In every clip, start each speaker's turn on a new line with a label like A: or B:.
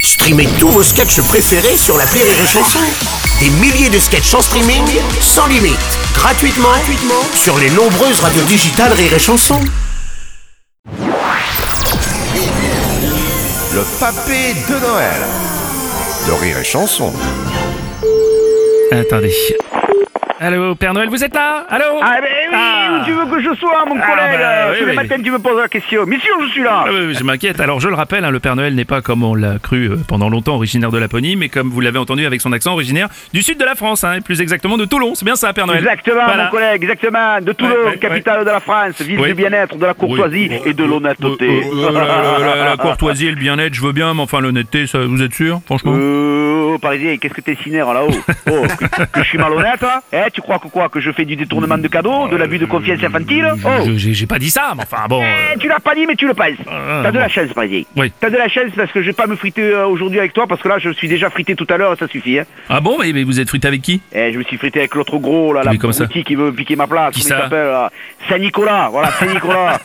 A: Streamez tous vos sketchs préférés sur la Rire et Chanson. Des milliers de sketchs en streaming, sans limite, gratuitement, gratuitement sur les nombreuses radios digitales Rire et Chanson.
B: Le papé de Noël. De rire et chanson.
C: Attendez. Allô, Père Noël, vous êtes là Allô
D: Ah ben oui,
C: Ah.
D: où tu veux que je sois, mon collègue
C: Ah, bah, oui,
D: Tous les
C: oui.
D: matins, tu me poses la question. Mais sûr, je suis là
C: Ah oui, Je m'inquiète. Alors, je le rappelle, hein, le Père Noël n'est pas, comme on l'a cru euh, pendant longtemps, originaire de Laponie, mais comme vous l'avez entendu avec son accent, originaire du sud de la France, hein, et plus exactement de Toulon. C'est bien ça, Père Noël
D: Exactement,
C: Voilà.
D: mon collègue, exactement. De Toulon,
C: Ouais, ouais,
D: capitale de la France, ville
C: Oui.
D: du bien-être, de la courtoisie
C: Oui. Oh,
D: et de l'honnêteté.
C: Euh, euh, la, la- la- la courtoisie et le bien-être, je veux bien, mais enfin, l'honnêteté, ça, vous êtes sûr, franchement
D: Euh, oh, parisien, qu'est-ce que t'es cinéraire là-haut Oh, que, que je suis malhonnête hein Eh, tu crois que quoi Que je fais du détournement de cadeaux De l'abus de confiance infantile Oh
C: Je- J'ai j'ai pas dit ça, mais enfin, bon. euh,
D: Eh, tu l'as pas dit, mais tu le penses.
C: Ah,
D: T'as de la
C: bon.
D: chance, Parisien.
C: Oui.
D: T'as de la chance parce que je vais pas me friter euh, aujourd'hui avec toi parce que là, je suis déjà frité tout à l'heure, ça suffit. Hein.
C: Ah bon, mais, mais vous êtes frité avec qui
D: Eh, je me suis frité avec l'autre gros, là, la
C: Mais comment ça
D: boutique qui veut piquer ma place.
C: Qui ça
D: Comment il s'appelle là Saint-Nicolas, voilà, Saint-Nicolas.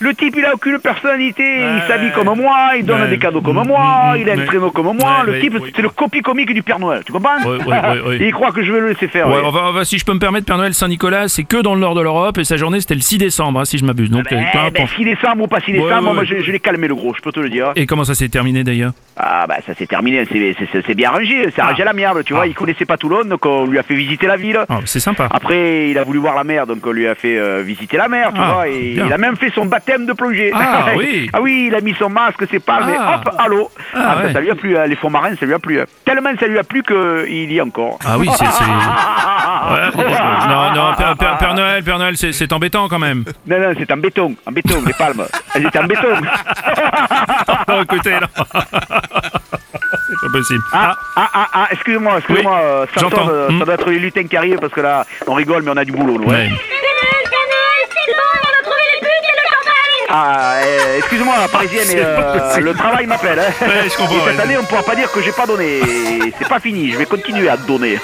D: Le type, il a aucune personnalité, il
C: Ouais,
D: s'habille
C: ouais.
D: comme moi, il donne
C: Ouais.
D: des cadeaux
C: Mm,
D: comme moi,
C: mm,
D: il a un
C: ouais.
D: traîneau comme moi.
C: Ouais,
D: le
C: ouais,
D: type,
C: oui.
D: c'est le copie comique du Père Noël, tu comprends
C: Ouais, ouais, ouais, ouais.
D: Et il croit que je vais le laisser faire.
C: Ouais,
D: lui.
C: enfin, enfin, si je peux me permettre, Père Noël Saint-Nicolas, c'est que dans le nord de l'Europe et sa journée c'était le 6 décembre, hein, si je m'abuse. Donc, euh, peu
D: Eh, ben,
C: importe.
D: 6 décembre ou pas 6
C: Ouais,
D: décembre,
C: ouais,
D: moi
C: ouais.
D: je, je l'ai calmé le gros, je peux te le dire.
C: Et comment ça s'est terminé d'ailleurs
D: Ah bah ça c'est terminé, c'est- c'est c'est- c'est bien arrangé, c'est arrangé à l'amiable, tu vois,
C: Ah.
D: il connaissait pas Toulon, donc on lui a fait visiter la ville.
C: Ah, C'est sympa.
D: Après, il a voulu voir la mer, donc on lui a fait euh, visiter la mer, tu
C: Ah,
D: vois, et
C: bien.
D: il a même fait son baptême de plongée.
C: Ah, oui.
D: Ah oui, il a mis son masque, ses palmes,
C: Ah.
D: et hop, à l'eau.
C: Ah,
D: Ah, ça,
C: ouais.
D: ça lui a plu, hein, les fonds marins, ça lui a plu. hein. Tellement ça lui a plu qu'il y est encore.
C: Ah oui, c'est. c'est-
D: ah,
C: Ouais, c'est- non, non, Père, Père- Père Noël, Père Noël, c'est- c'est embêtant quand même.
D: Non, non, c'est en béton, en béton, les palmes. Elles étaient en béton.
C: Oh, écoutez, non. C'est pas possible. Ah,
D: Ah, ah, ah, ah, excuse-moi, excuse-moi,
C: Oui,
D: euh, ça,
C: j'entends.
D: tombe, euh,
C: Mm.
D: ça doit être les lutins qui arrivent, parce que là, on rigole, mais on a du boulot, nous,
C: ouais.
D: hein.
E: Pénel, Pénel, c'est bon, on a trouvé les buts de la campagne
D: Ah, euh, excuse-moi, parisien, mais
C: C'est pas
D: euh,
C: possible.
D: le travail m'appelle. Hein.
C: Ouais, je comprends,
D: Et cette
C: ouais.
D: année, on pourra pas dire que j'ai pas donné. C'est pas fini, je vais continuer à te donner.